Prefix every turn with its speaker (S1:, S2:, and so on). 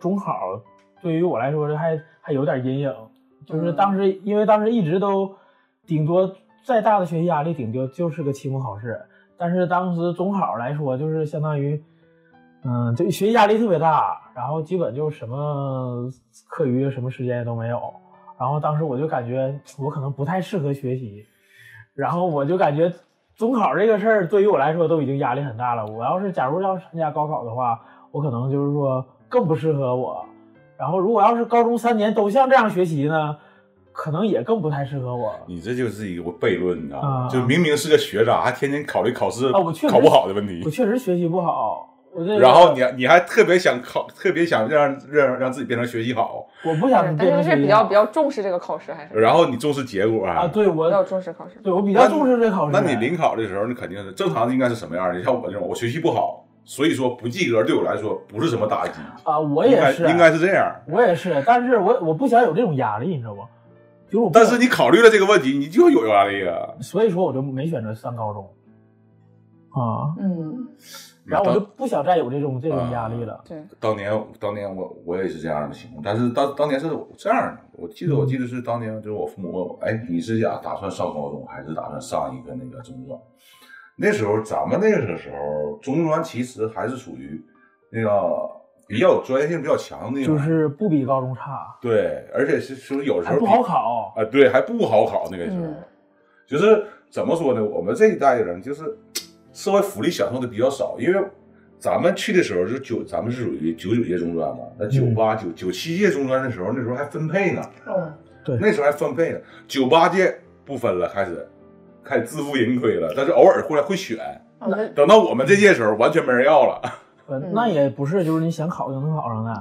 S1: 中考对于我来说是还还有点阴影，就是当时因为当时一直都顶多再大的学习压力，顶多就是个期末考试。但是当时中考来说，就是相当于，嗯，就学习压力特别大，然后基本就什么课余什么时间都没有。然后当时我就感觉我可能不太适合学习，然后我就感觉中考这个事儿对于我来说都已经压力很大了。我要是假如要参加高考的话，我可能就是说更不适合我。然后如果要是高中三年都像这样学习呢，可能也更不太适合我。
S2: 你这就是一个悖论，你知道吗？
S1: 啊
S2: 就明明是个学渣，还天天考虑考试、
S1: 啊我确实
S2: 考不好的问题
S1: 我，确实学习不好，我这个
S2: 然后你还你还特别想考，特别想让让让自己变成学习好，
S1: 我不想
S3: 但
S1: 变成
S3: 是
S1: 学
S3: 是比
S1: 习
S3: 较
S1: 好
S3: 比较重视这个考试，还是
S2: 然后你重视结果
S1: 啊，对
S3: 比较
S1: 我
S3: 重视考试。
S1: 对我比较重视这考试。
S2: 那你临考的时候，你肯定是正常的应该是什么样的？像我这种，我学习不好，所以说不及格对我来说不是什么打击，
S1: 啊，我
S2: 应
S1: 也
S2: 该
S1: 是，
S2: 应该是这样。
S1: 我也是，但是我我不想有这种压力，你知道不？就是我不
S2: 但
S1: 想，
S2: 是你考虑了这个问题，你就有压力啊。
S1: 所以说我就没选择上高中啊，
S3: 嗯，
S1: 然后我就不想再有这种这种压力了。
S3: 对，
S2: 当年，当年我我也是这样的情况，但是当当年是这样的，我记得
S1: 嗯
S2: 我记得是当年就是我父母问我，哎，你是打打算上高中还是打算上一个那个中专？那时候咱们那个时候中专其实还是属于那个比较有专业性比较强的那种，
S1: 就是不比高中差，
S2: 对，而且是说有时
S1: 还
S2: 候
S1: 不
S2: 比
S1: 好考。
S2: 啊，对，还不好考那个时候，
S3: 嗯
S2: 就是怎么说呢？我们这一代人就是社会福利享受的比较少，因为咱们去的时候就九，咱们是属于九九届中专嘛，那九八九九七届中专的时候，那时候还分配呢，
S1: 对
S2: 那时候还分配呢，九八届不分了，开始开始自负盈亏了，但是偶尔会来会选，
S3: 我们
S2: 等到我们这届的时候，完全没人要了。
S1: 呃
S3: 嗯
S1: 那也不是，就是你想考就能考上的。